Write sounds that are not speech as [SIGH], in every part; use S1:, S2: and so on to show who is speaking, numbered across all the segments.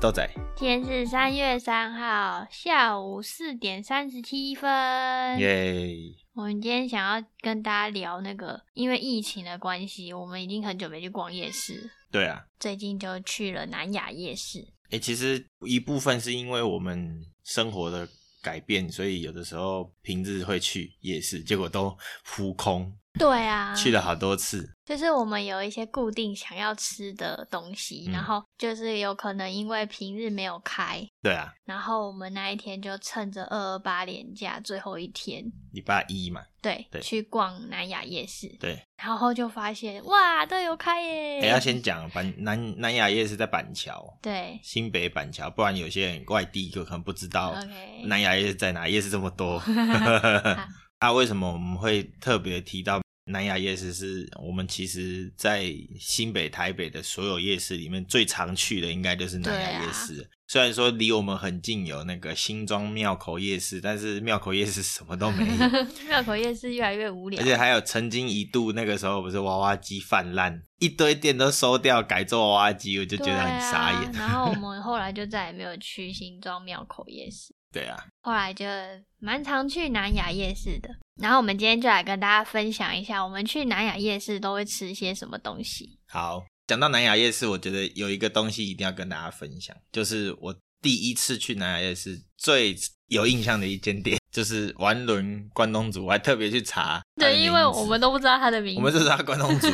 S1: 豆仔，
S2: 今天是三月三号下午四点三十七分。
S1: 耶！
S2: 我们今天想要跟大家聊那个，因为疫情的关系，我们已经很久没去逛夜市，
S1: 对啊，
S2: 最近就去了南雅夜市。
S1: 诶、其实一部分是因为我们生活的改变，所以有的时候平日会去夜市，结果都扑空，
S2: 对啊，
S1: 去了好多次。
S2: 就是我们有一些固定想要吃的东西，
S1: 嗯
S2: 然后就是有可能因为平日没有开，
S1: 对啊，
S2: 然后我们那一天就趁着二二八连假最后一天，
S1: 礼拜一嘛，
S2: 对，
S1: 对
S2: 去逛南雅夜市，
S1: 对。
S2: 然后就发现哇都有开耶，
S1: 诶、哎要先讲板南南雅夜市在板桥，
S2: 对
S1: 新北板桥，不然有些人外地就可能不知道
S2: ，OK， [LAUGHS]
S1: 南雅夜市在哪，夜市这么多。
S2: 好
S1: 那啊为什么我们会特别提到南雅夜市？是我们其实在新北、台北的所有夜市里面最常去的，应该就是南雅夜市。虽然说离我们很近有那个新庄庙口夜市，但是庙口夜市什么都没 [LAUGHS] 有，
S2: 庙口夜市越来越无聊，
S1: 而且还有曾经一度那个时候不是娃娃机泛滥，一堆店都收掉改做娃娃机，我就觉得很傻眼。
S2: 对啊、然后我们后来就再也没有去新庄庙口夜市，
S1: 对啊，
S2: 后来就蛮常去南雅夜市的。然后我们今天就来跟大家分享一下，我们去南雅夜市都会吃些什么东西。
S1: 好，讲到南雅夜市，我觉得有一个东西一定要跟大家分享，就是我第一次去南雅夜市最有印象的一间店，就是丸轮关东煮，我还特别去查它的名
S2: 对，
S1: 字。
S2: 因为我们都不知道它的名
S1: 啊
S2: 字，
S1: 我们就是它关
S2: [LAUGHS]
S1: 东煮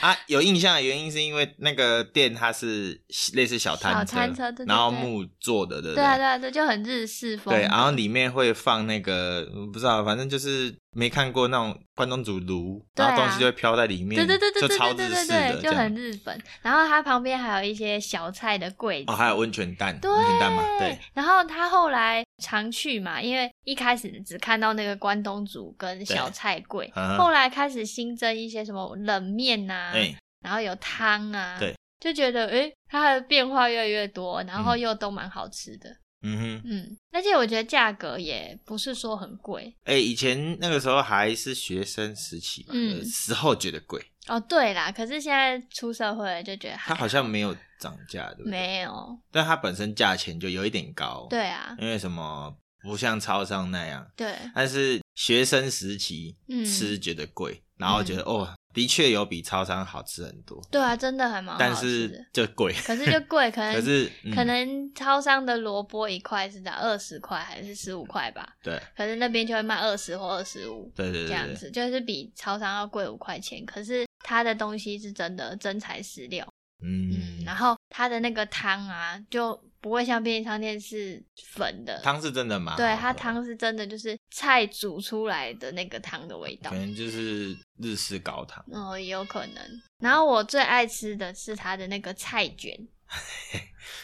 S1: 啊，有印象的原因是因为那个店它是类似小摊
S2: 小摊车对对
S1: 然后
S2: 对
S1: 木做的，对不
S2: 对啊对啊对，就很日式风。
S1: 对，然啊后里面会放那个嗯不知道，反正就是没看过那种关东煮炉，
S2: 对
S1: 然
S2: 啊
S1: 后东西就会飘在里面，
S2: 对对对对
S1: 就
S2: 对
S1: 超
S2: 对
S1: 日
S2: 对
S1: 式
S2: 对
S1: 的
S2: 对，
S1: 这
S2: 就
S1: 样
S2: 很。日本。然后它旁边还有一些小菜的柜子，
S1: 哦，还有温泉蛋，
S2: 对
S1: 温泉蛋嘛，对，
S2: 然后他后来常去嘛，因为一开始只看到那个关东煮跟小菜柜，
S1: 嗯哼
S2: 后来开始新增一些什么冷面呐、
S1: 哎、
S2: 然后有汤啊，
S1: 对，
S2: 就觉得诶，它的变化越来越多，然
S1: 嗯
S2: 后又都蛮好吃的，
S1: 嗯哼，
S2: 嗯，而且我觉得价格也不是说很贵
S1: 哎、以前那个时候还是学生时期吧，
S2: 嗯
S1: 有时候觉得贵，
S2: 哦，对啦，可是现在出社会了就觉得还
S1: 它好像没有涨价，对不对？
S2: 没有，
S1: 但它本身价钱就有一点高，，
S2: 对啊，
S1: 因为什么不像超商那样，
S2: 对，啊
S1: 但是学生时期
S2: 嗯
S1: 吃觉得贵，然后觉得、哦，的确有比超商好吃很多，
S2: 对啊，真的还蛮
S1: 但
S2: 好吃的
S1: 是，就贵，
S2: 可是就贵，可能
S1: 可是、嗯
S2: 可能超商的萝卜一块是打二十块还是十五块吧，
S1: 对
S2: 可是那边就会卖二十或二十五
S1: 对对
S2: 这
S1: 对
S2: 样
S1: 对，
S2: 子，就是比超商要贵五块钱。可是它的东西是真的真材实料，嗯，
S1: 嗯，
S2: 然后它的那个汤啊，就不会像便利商店是粉的，
S1: 汤啊是真的蛮好
S2: 对
S1: 喝，
S2: 它汤是真的就是菜煮出来的那个汤的味道
S1: 可。能就是日式高汤。
S2: 哦，也有可能。然后我最爱吃的是它的那个菜卷，
S1: 你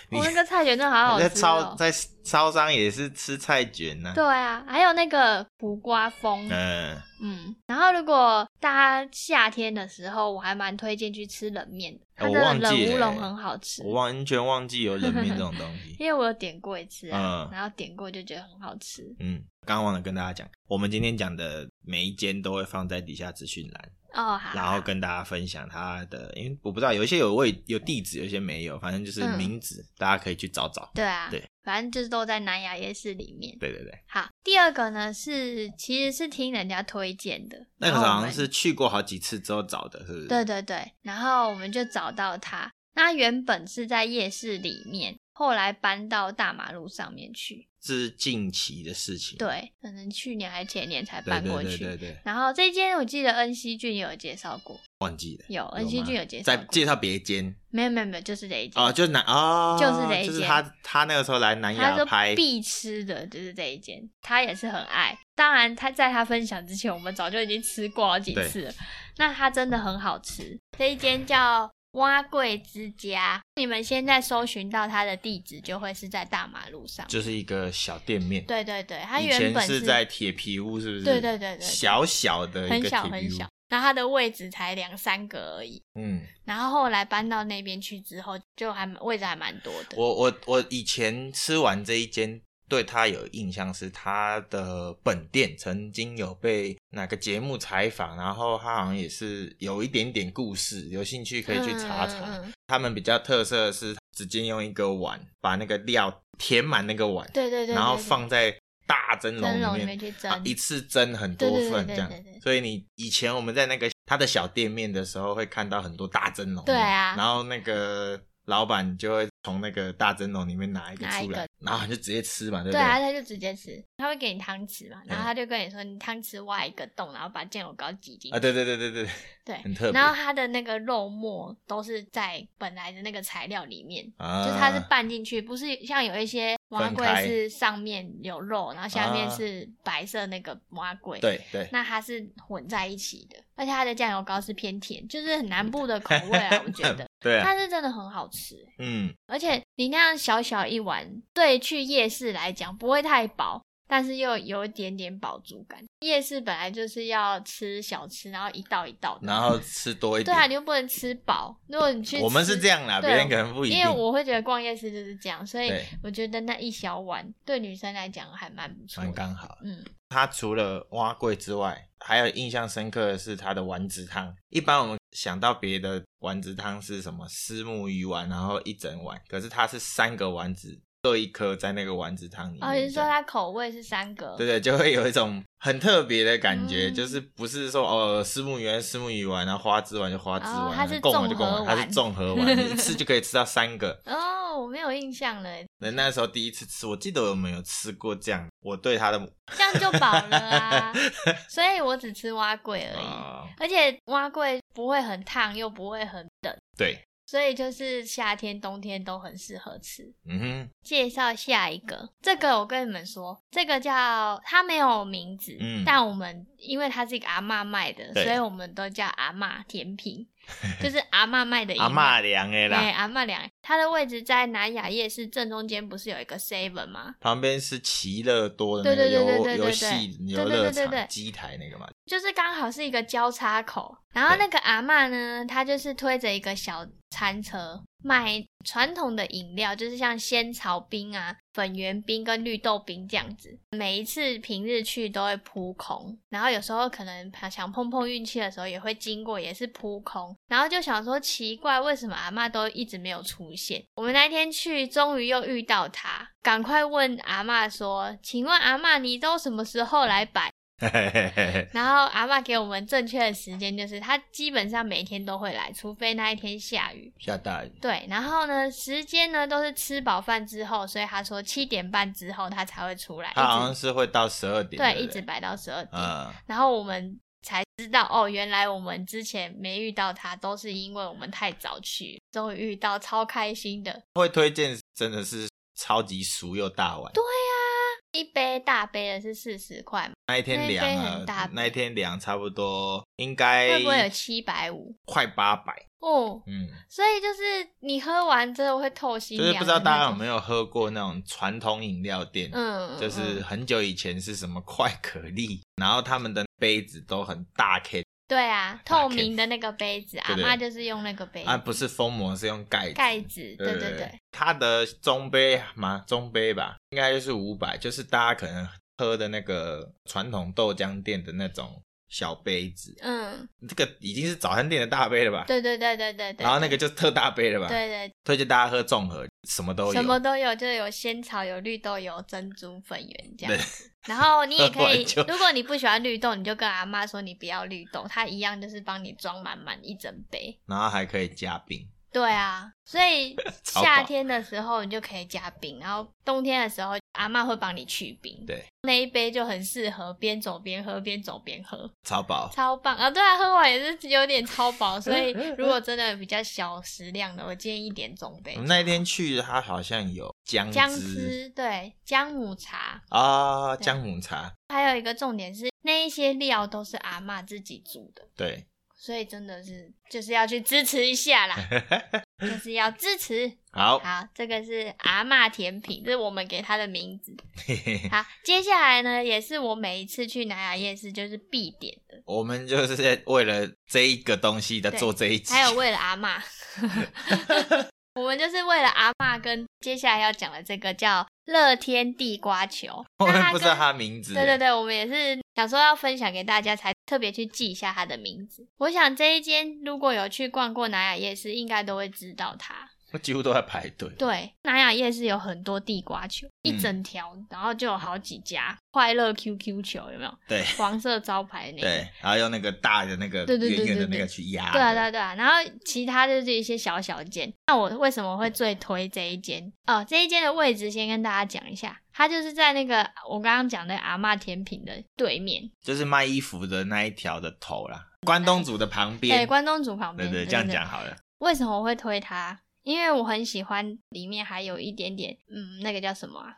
S2: 我、那个菜卷真的好好吃、
S1: 在
S2: 哦。
S1: 超在超商也是吃菜卷呢、
S2: [LAUGHS] 对啊，还有那个苦瓜风，
S1: 嗯，
S2: 嗯，然后如果大家夏天的时候，我还蛮推荐去吃冷面的，它
S1: 哎我
S2: 的
S1: 忘
S2: 冷
S1: 记
S2: 乌
S1: 了
S2: 龙
S1: 欸
S2: 很好吃，
S1: 我完全忘记有冷面这种东
S2: [LAUGHS]
S1: 西。
S2: 因为我有点过一次啊，
S1: 嗯
S2: 然后点过就觉得很好吃
S1: 嗯，刚刚忘了跟大家讲，我们今天讲的每一间都会放在底下资讯栏，
S2: 哦，好，
S1: 然后跟大家分享它的，因为我不知道有一些有位有地址，有一些没有，反正就是
S2: 嗯
S1: 名字，大家可以去找找。
S2: 对啊，
S1: 对，
S2: 反正就是都在南雅夜市里面。
S1: 对对对，
S2: 好，第二个呢是其实是听人家推荐的，
S1: 那个
S2: 然后我
S1: 好像
S2: 们
S1: 是去过好几次之后找的，是不是？
S2: 对对对，然后我们就找到它。那原本是在夜市里面，后来搬到大马路上面去。
S1: 是近期的事情。
S2: 对，可能去年还前年才
S1: 对
S2: 搬过
S1: 对
S2: 去。
S1: 对对对，
S2: 然后这间我记得恩熙俊也有介绍过，
S1: 忘记了。
S2: 有恩熙
S1: 吗
S2: 俊有介绍
S1: 再
S2: 过，
S1: 介绍别间，
S2: 没有没有没有，就是这一间
S1: 哦，就是南哦，
S2: 就是这一
S1: 就是
S2: 间
S1: 他他那个时候来南
S2: 他
S1: 亚
S2: 说
S1: 拍，
S2: 必吃的就是这一间，他也是很爱。当然，他在他分享之前，我们早就已经吃过好几
S1: 对
S2: 次了。那它真的很好吃，这一间叫蛙贵之家。你们现在搜寻到它的地址，就会是在大马路上。
S1: 就是一个小店面。，
S2: 对对对，它
S1: 以
S2: 原
S1: 前
S2: 本
S1: 是在铁皮屋，是不是？
S2: 对对对对对
S1: 小小的一个
S2: 很小
S1: 铁皮
S2: 很
S1: 屋
S2: 小，，那它的位置才两三个而已。
S1: 嗯，
S2: 然后后来搬到那边去之后，就还蛮位置还蛮多的。
S1: 我我我以前吃完这一间对他有印象是他的本店曾经有被哪个节目采访，然后他好像也是有一点点故事，有兴趣可以去查查。
S2: 嗯嗯嗯
S1: 他们比较特色的是直接用一个碗把那个料填满那个碗，
S2: 对对对，
S1: 然后
S2: 对对
S1: 放在大蒸
S2: 蒸
S1: 笼
S2: 笼
S1: 里
S2: 里
S1: 面
S2: 面去
S1: 啊
S2: 蒸，
S1: 一次蒸很多
S2: 对对对
S1: 份
S2: 对
S1: 这样
S2: 对对对。
S1: 所以你以前我们在那个他的小店面的时候，会看到很多大蒸笼，
S2: 对啊
S1: 然后那个老板就会从那个大蒸笼里面拿一个
S2: 拿一
S1: 出
S2: 个
S1: 来，然后你就直接吃嘛，对不对？
S2: 对啊，他就直接吃，他会给你汤匙嘛，然后
S1: 嗯
S2: 他就跟你说，你汤匙挖一个洞，然后把酱油膏挤进去。
S1: 啊，对对对对对，
S2: 对
S1: 很特别
S2: 然后它的那个肉末都是在本来的那个材料里面，
S1: 啊，
S2: 就是它是拌进去，不是像有一些蛙
S1: 分开
S2: 柜是上面有肉，然后下面
S1: 啊
S2: 是白色那个蛙柜。。
S1: 对对，。
S2: 那它是混在一起的，而且它的酱油膏是偏甜，就是很南部的口味啊，我觉得
S1: [LAUGHS] 对啊，
S2: 但是真的很好吃，欸
S1: 嗯，
S2: 而且你那样小小一碗，对去夜市来讲不会太饱，但是又有一点点饱足感。夜市本来就是要吃小吃，然后一道一道的。
S1: 然后吃多一
S2: 对
S1: 点。
S2: 啊，你又不能吃饱。如果你去，
S1: 我们是这
S2: 样，
S1: 样啦，
S2: 对
S1: 别人可能不一定。
S2: 因为我会觉得逛夜市就是这样，所以
S1: 对
S2: 我觉得那一小碗对女生来讲还蛮不错
S1: 蛮
S2: 的。
S1: 刚好。
S2: 嗯，
S1: 它除了蛙桂之外，还有印象深刻的是它的丸子汤。一般我们想到别的丸子汤是什么虱目鱼丸，然后一整碗，可是它是三个丸子各一颗在那个丸子汤里面。
S2: 哦，你是说
S1: 这样
S2: 它口味是三格？
S1: 对对，就会有一种很特别的感觉，
S2: 嗯
S1: 就是不是说哦，虱目鱼丸、虱目鱼丸，然后花枝丸就花枝
S2: 哦
S1: 丸，
S2: 它是
S1: 贡丸就贡
S2: 综合
S1: 丸，
S2: 丸
S1: 它是综合丸，你一次就可以吃到三
S2: [LAUGHS]
S1: 个。
S2: 哦，我没有印象了，
S1: 那那时候第一次吃，我记得我们有吃过这样，我对它的
S2: 这样就饱了
S1: [LAUGHS]
S2: 啊。 [LAUGHS] 所以我只吃蛙桂而已。
S1: 啊、
S2: 而且蛙桂不会很烫，又不会很冷，
S1: 对，
S2: 所以就是夏天、冬天都很适合吃。
S1: 嗯哼，
S2: 介绍下一个，这个我跟你们说，这个叫它没有名字，
S1: 嗯
S2: 但我们因为它是一个阿嬷卖的，
S1: 对
S2: 所以我们都叫阿嬷甜品，就是阿嬷卖的饮料
S1: 阿嬷凉的啦。
S2: 对阿嬷凉，它的位置在南雅夜市正中间，不是有一个 Seven 吗？
S1: 旁边是奇乐多的那个
S2: 对对对对
S1: 游
S2: 对对
S1: 游
S2: 对
S1: 戏
S2: 对
S1: 游
S2: 对
S1: 乐
S2: 对对
S1: 场
S2: 对
S1: 机台那个
S2: [LAUGHS]
S1: 嘛，
S2: 就是刚好是一个交叉口，然后那个阿嬷呢，她就是推着一个小餐车卖传统的饮料，就是像仙草冰啊、粉圆冰跟绿豆冰这样子。每一次平日去都会扑空，然后有时候可能想碰碰运气的时候也会经过，也是扑空。然后就想说奇怪，为什么阿嬷都一直没有出现？我们那天去，终于又遇到她，赶快问阿嬷说：“请问阿嬷，你都什么时候来摆？”
S1: 嘿嘿嘿嘿
S2: 然后阿嬷给我们正确的时间就是，她基本上每天都会来，除非那一天下雨。
S1: 下大雨，
S2: 对，然后呢，时间呢都是吃饱饭之后，所以她说七点半之后她才会出来，
S1: 它好
S2: 一
S1: 像
S2: 直
S1: 是会到十二点，
S2: 对
S1: 对
S2: 一
S1: 不
S2: 直
S1: 对，
S2: 摆到十二点。
S1: 嗯，
S2: 然后我们才知道哦，原来我们之前没遇到她，都是因为我们太早去，终于遇到，超开心的。
S1: 会推荐真的是超级熟又大碗，
S2: 一杯大杯的是四十块嘛，
S1: 那一天
S2: 那一杯
S1: 量
S2: 很大
S1: 啊
S2: 杯，
S1: 那一天量差不多应该
S2: 会不会有七百五？
S1: 快八百，
S2: 哦，
S1: 嗯，
S2: 所以就是你喝完真的会透心
S1: 就
S2: 凉的
S1: 是不
S2: 那种，
S1: 知道大家有没有喝过那种传统饮料店，
S2: 嗯，
S1: 就是
S2: 嗯
S1: 很久以前是什么快可丽，然后他们的杯子都很大 K
S2: 对啊，
S1: 打
S2: 透
S1: 开
S2: 明的那个杯子，
S1: 对
S2: 阿
S1: 对
S2: 妈就是用那个杯
S1: 啊，
S2: 子
S1: 不是封膜，是用盖子
S2: 盖子，对
S1: 对
S2: 对对，，
S1: 它的中杯嘛，中杯吧，应该就是五百，就是大家可能喝的那个传统豆浆店的那种小杯子，
S2: 嗯，
S1: 这个已经是早餐店的大杯了吧？
S2: 对对对对对对。
S1: 然后那个就是特大杯了吧？，
S2: 对对
S1: 推荐大家喝综合，什么都有。
S2: 对，什么都有，就是有仙草、有绿豆、有珍珠粉圆这
S1: 对
S2: 样子。然后
S1: [LAUGHS]
S2: 你也
S1: 喝
S2: 可
S1: 完
S2: 以
S1: 就，
S2: 如果你不喜欢绿豆，你就跟阿妈说你不要绿豆，她一样就是帮你装满满一整杯。
S1: 然后还可以加冰， [LAUGHS]
S2: 对啊，所以
S1: 超
S2: 夏
S1: 饱
S2: 天的时候你就可以加冰，然后冬天的时候阿妈会帮你去冰。
S1: 对，
S2: 那一杯就很适合边走边喝，边走边喝。
S1: 超饱。
S2: 超棒啊！对啊，喝完也是有点超饱，所以如果真的比较小食量的，我建议一点中杯
S1: 我。哦们那天去，它好像有姜
S2: 姜
S1: 汁
S2: 汁对姜母茶，
S1: 啊、
S2: 对
S1: 姜母茶，
S2: 还有一个重点是那一些料都是阿嬷自己煮的，
S1: 对，
S2: 所以真的是就是要去支持一下啦，就是要支持。
S1: 好，
S2: 好，这个是阿嬷甜品，这是我们给它的名字。
S1: 嘿嘿嘿
S2: 好，接下来呢，也是我每一次去南雅夜市就是必点的，
S1: [LAUGHS] 我们就是在为了这一个东西在
S2: 对
S1: 做这一集，
S2: 还有为了阿 [LAUGHS] 嬷，我们就是为了阿嬷跟接下来要讲的这个叫乐天地瓜球。
S1: [LAUGHS] 我
S2: 那
S1: 们
S2: 它
S1: 不知道
S2: 跟
S1: 他名字。
S2: 对对对，我们也是想说要分享给大家，才特别去记一下它的名字。我想这一间如果有去逛过南雅夜市，应该都会知道它。
S1: 我几乎都在排队。
S2: 对，南雅夜市有很多地瓜球，一
S1: 嗯
S2: 整条，然后就有好几家。快乐 QQ 球有没有？
S1: 对
S2: 黄色招牌那个。
S1: 对，然后用那个大的那个
S2: 对对对
S1: 圆圆的
S2: 对
S1: 那
S2: 对
S1: 个去压。
S2: 对啊，对啊，对啊。然后其他就是一些小小间。那我为什么会最推这一间？哦，这一间的位置先跟大家讲一下，它就是在那个我刚刚讲的阿嬷甜品的对面，
S1: 就是卖衣服的那一条的头啦，关东煮的旁边。
S2: 对，关东煮旁
S1: 对
S2: 边。
S1: 对，这样讲好了。
S2: 为什么我会推它？因为我很喜欢里面还有一点点，嗯，那个叫什么啊？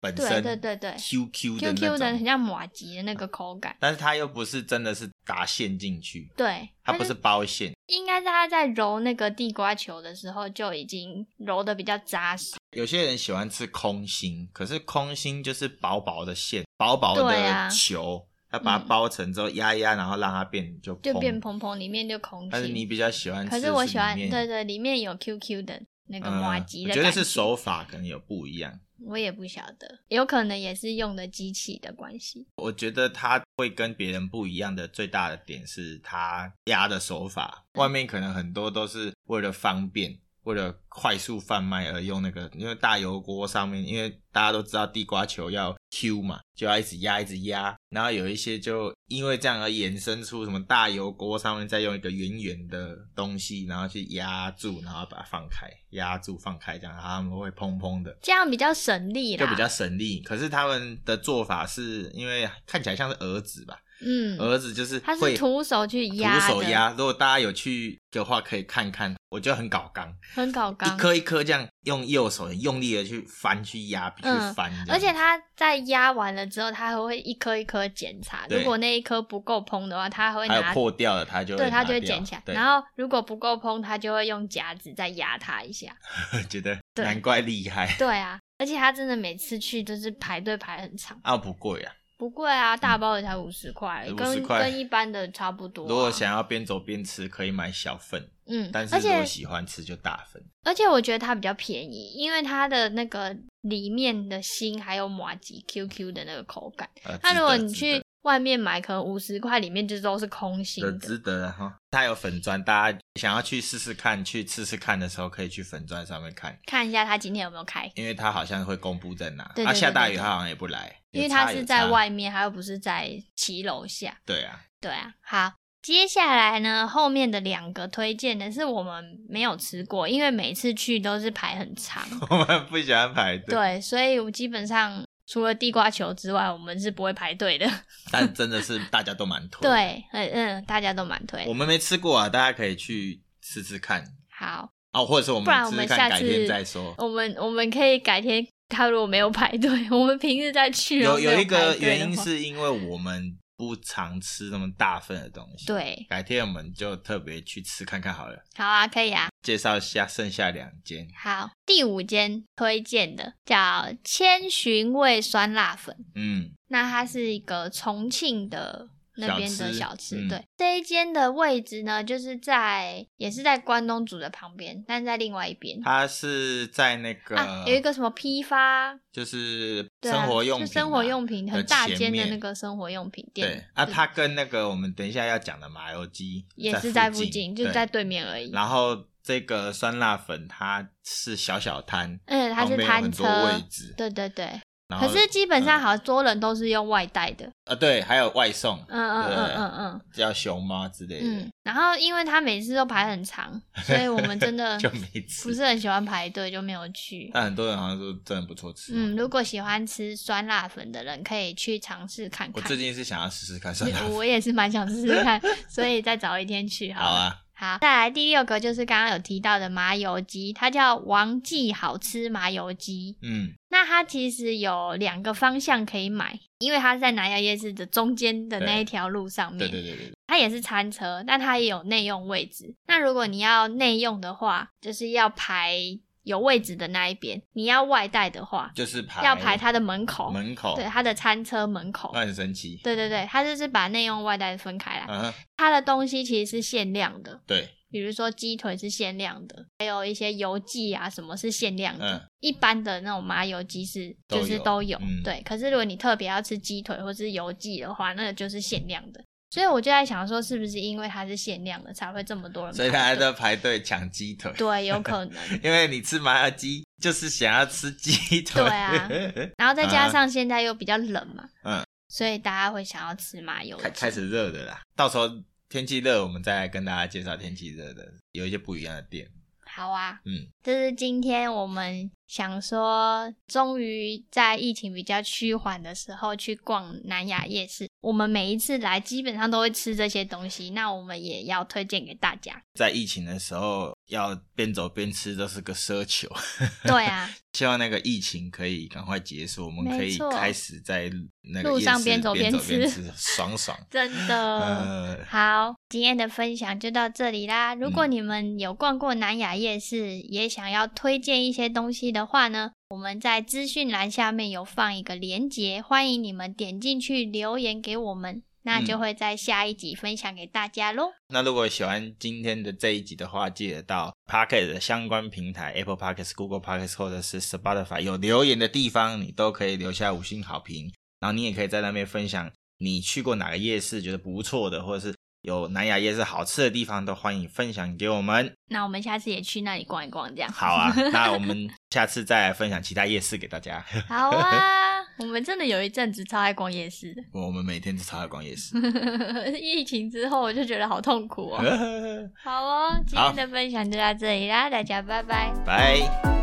S1: 本
S2: 对
S1: 身
S2: 对对对
S1: QQ 的
S2: ，QQ 的
S1: 那
S2: 很
S1: 种，
S2: 像马吉的那个口感。
S1: 但是它又不是真的是打线进去，
S2: 对，
S1: 它
S2: 就
S1: 不是包线。
S2: 应该是它在揉那个地瓜球的时候就已经揉的比较扎实。
S1: 有些人喜欢吃空心，可是空心就是薄薄的线，薄薄
S2: 对啊
S1: 的球，它把它
S2: 嗯
S1: 包成之后压一压，然后让它变就
S2: 就变
S1: 蓬。
S2: 蓬蓬，里面就空
S1: 但是你
S2: 气。
S1: 比较喜欢吃
S2: 可
S1: 是里面，
S2: 是我喜欢，对对，里面有 QQ 的那个
S1: 嗯
S2: 麻吉
S1: 我
S2: 的
S1: 觉
S2: 感
S1: 得
S2: 觉。
S1: 是手法可能有不一样。
S2: 我也不晓得，有可能也是用的机器的关系。
S1: 我觉得它会跟别人不一样的最大的点是它压的手法，外面可能很多都是为了方便。为了快速贩卖而用那个，因为大油锅上面，因为大家都知道地瓜球要 Q 嘛，就要一直压一直压，然后有一些就因为这样而衍生出什么大油锅上面再用一个圆圆的东西，然后去压住，然后把它放开，压住放开，这样然后它们会砰砰的。
S2: 这样比较省力啦，
S1: 就比较省力。可是他们的做法是因为看起来像是儿子吧，
S2: 嗯，
S1: 儿子就是
S2: 他
S1: 会
S2: 是徒手去压
S1: 徒
S2: 的，
S1: 手压。如果大家有去的话，可以看看，我觉得很搞刚，
S2: 很搞
S1: 一
S2: 刚。
S1: 颗一颗这样用右手很用力的去翻去压，去
S2: 嗯
S1: 翻这样、
S2: 而且他在压完了之后，他还会一颗一颗检查，
S1: 对
S2: 如果那一颗不够烹的话，他还会
S1: 还有
S2: 拿，
S1: 破掉了，他就
S2: 对，
S1: 他
S2: 他就会捡起来。
S1: 对
S2: 然后如果不够烹，他就会用夹子再压它一下。
S1: [LAUGHS] 觉得
S2: 对
S1: 难怪厉害，
S2: 对啊，而且他真的每次去就是排队排很长，
S1: 啊不贵啊。
S2: 不贵啊，大包的才五十块，
S1: 50
S2: 跟
S1: 块
S2: 跟一般的差不多啊、
S1: 如果想要边走边吃，可以买小份，
S2: 嗯，
S1: 但是
S2: 而
S1: 如果
S2: 且
S1: 喜欢吃就大份。
S2: 而且我觉得它比较便宜，因为它的那个里面的心还有马吉 QQ 的那个口感。
S1: 呃，
S2: 那
S1: 值
S2: 如果
S1: 得
S2: 你
S1: 值
S2: 去
S1: 得
S2: 外面买，可能五十块里面就都是空心
S1: 的
S2: 的。
S1: 值得了哈。它有粉砖，大家想要去试试看、去吃吃看的时候，可以去粉砖上面看，
S2: 看一下它今天有没有开，
S1: 因为它好像会公布在哪。
S2: 对对
S1: 啊，
S2: 对
S1: 下大雨
S2: 对对
S1: 它好像也不来，
S2: 因为
S1: 有
S2: 它
S1: 差
S2: 是
S1: 有
S2: 在
S1: 差。
S2: 外面，它又不是在骑楼下。
S1: 对啊， [LAUGHS]
S2: 对啊，好，接下来呢，后面的两个推荐的是我们没有吃过，因为每次去都是排
S1: [LAUGHS]
S2: 很长。
S1: 我们不喜欢排队，
S2: 对，所以我基本上除了地瓜球之外，我们是不会排队的。
S1: 但真的是大家都蛮推。，
S2: 对，嗯嗯，大家都蛮推
S1: 我。们没吃过啊，大家可以去吃吃看
S2: 好，
S1: 哦，或者是我
S2: 不然
S1: 们
S2: 我
S1: 吃
S2: 们
S1: 吃看，
S2: 下
S1: 改
S2: 次
S1: 天再说。
S2: 我们我们可以改天，他如果没有排队，我们平日再去。
S1: 有
S2: 有
S1: 有一个原因，是因为我们不常吃那么大份的东西。，
S2: 对，
S1: 改天我们就特别去吃看看好了。
S2: 好啊，可以啊。
S1: 介绍下剩下两间，
S2: 好，第五间推荐的叫千寻味酸辣粉，
S1: 嗯，
S2: 那它是一个重庆的。那边的
S1: 小吃
S2: 小吃，
S1: 嗯
S2: 对这一间的位置呢，就是在也是在关东煮的旁边，但是在另外一边。
S1: 它是在那个、
S2: 啊，有一个什么批发，
S1: 就是
S2: 对啊
S1: 生活用品、
S2: 就生活用品很
S1: 的
S2: 大
S1: 前
S2: 间的
S1: 面
S2: 那个生活用品店，
S1: 对啊，它跟那个我们等一下要讲的麻油鸡
S2: 也是
S1: 在
S2: 在附近，就是
S1: 对
S2: 在对面而已。
S1: 然后这个酸辣粉它是小小摊，
S2: 嗯，它
S1: 旁
S2: 是
S1: 边有
S2: 摊
S1: 很
S2: 车
S1: 多，位置，
S2: 对对对。
S1: 然后嗯
S2: 可是基本上好多人都是用外带的，
S1: 呃对，还有外送
S2: 嗯嗯
S1: 对
S2: 嗯嗯嗯
S1: 叫熊猫之类的，
S2: 嗯。然后因为他每次都排
S1: [LAUGHS]
S2: 很长，所以我们真的
S1: 就没嗯吃。
S2: 不是很喜欢排队，就没有去。
S1: 但很多人好像说真的不错吃。啊
S2: 嗯，如果喜欢吃酸辣粉的人，可以去尝试看
S1: 我
S2: 看。
S1: 最近是想要试试看酸辣粉，啊
S2: [LAUGHS] 我也是蛮想试试看，所以再找一天去好了。
S1: 好啊，
S2: 好，再来第六个就是刚刚有提到的麻油鸡，它叫王记好吃麻油鸡。
S1: 嗯，
S2: 那它其实有两个方向可以买，因为它是在南洋夜市的中间的那一条路上面，
S1: 对对对对对，
S2: 它也是餐车，但它也有内用位置。那如果你要内用的话，就是要排有位置的那一边；你要外带的话，
S1: 就是排
S2: 要排它的门口，
S1: 门口，
S2: 对，它的餐车门口。
S1: 那很神奇，
S2: 对对对，它就是把内用外带分开来。
S1: 嗯哼，
S2: 它的东西其实是限量的，
S1: 对，
S2: 比如说鸡腿是限量的，还有一些油剂啊什么是限量的。
S1: 嗯
S2: 一般的那种麻油鸡是
S1: 都
S2: 就是
S1: 有
S2: 都有，
S1: 嗯
S2: 对。可是如果你特别要吃鸡腿或是油鸡的话，那个就是限量的。所以我就在想说，是不是因为它是限量的，才会这么多人？
S1: 所以大家都排队抢鸡腿。
S2: [LAUGHS] 对，有
S1: [LAUGHS]
S2: 可能。
S1: 因为你吃麻辣鸡就是想要吃鸡腿。
S2: 对啊然后再加上现在又比较冷嘛，
S1: 嗯，
S2: 所以大家会想要吃麻油
S1: [LAUGHS] 开
S2: 鸡
S1: 开始热的啦，到时候天气热，我们再来跟大家介绍天气热的有一些不一样的店。
S2: 好啊，
S1: 嗯，
S2: 这是今天我们想说，终于在疫情比较趋缓的时候去逛南雅夜市。我们每一次来基本上都会吃这些东西，那我们也要推荐给大家。
S1: 在疫情的时候，要边走边吃都是个奢求。 [LAUGHS]
S2: 对啊，
S1: 希望那个疫情可以赶快结束，我们可
S2: 没
S1: 以
S2: 错
S1: 开始在那个
S2: 路上
S1: 夜市
S2: 边
S1: 边
S2: 走边
S1: 边
S2: 吃
S1: 吃，爽爽。
S2: 真
S1: [LAUGHS]
S2: 的。
S1: 呃，
S2: 好，今天的分享就到这里啦。如
S1: 嗯
S2: 果你们有逛过南雅夜市，也想要推荐一些东西的话呢，我们在资讯栏下面有放一个链接，欢迎你们点进去留言给我们，那就
S1: 嗯
S2: 会在下一集分享给大家喽。
S1: 那如果喜欢今天的这一集的话，记得到 Pocket 的相关平台 Apple Pockets、Google Pockets 或者是 Spotify 有留言的地方，你都可以留下五星好评。然后你也可以在那边分享你去过哪个夜市觉得不错的，或者是有南雅夜市好吃的地方，都欢迎分享给我们。
S2: 那我们下次也去那里逛一逛，这样
S1: 好啊，那我们下次再来分享其他夜市给大家。
S2: [LAUGHS]
S1: [LAUGHS]
S2: 好啊！我们真的有一阵子超爱逛夜市 [LAUGHS] 的，
S1: 我们每天都超爱逛夜
S2: [LAUGHS]
S1: 市。 [LAUGHS]
S2: 疫情之后我就觉得好
S1: 嗯
S2: 痛苦哦。好哦，今
S1: 好
S2: 天的分享就到这里啦，大家拜拜。
S1: 拜。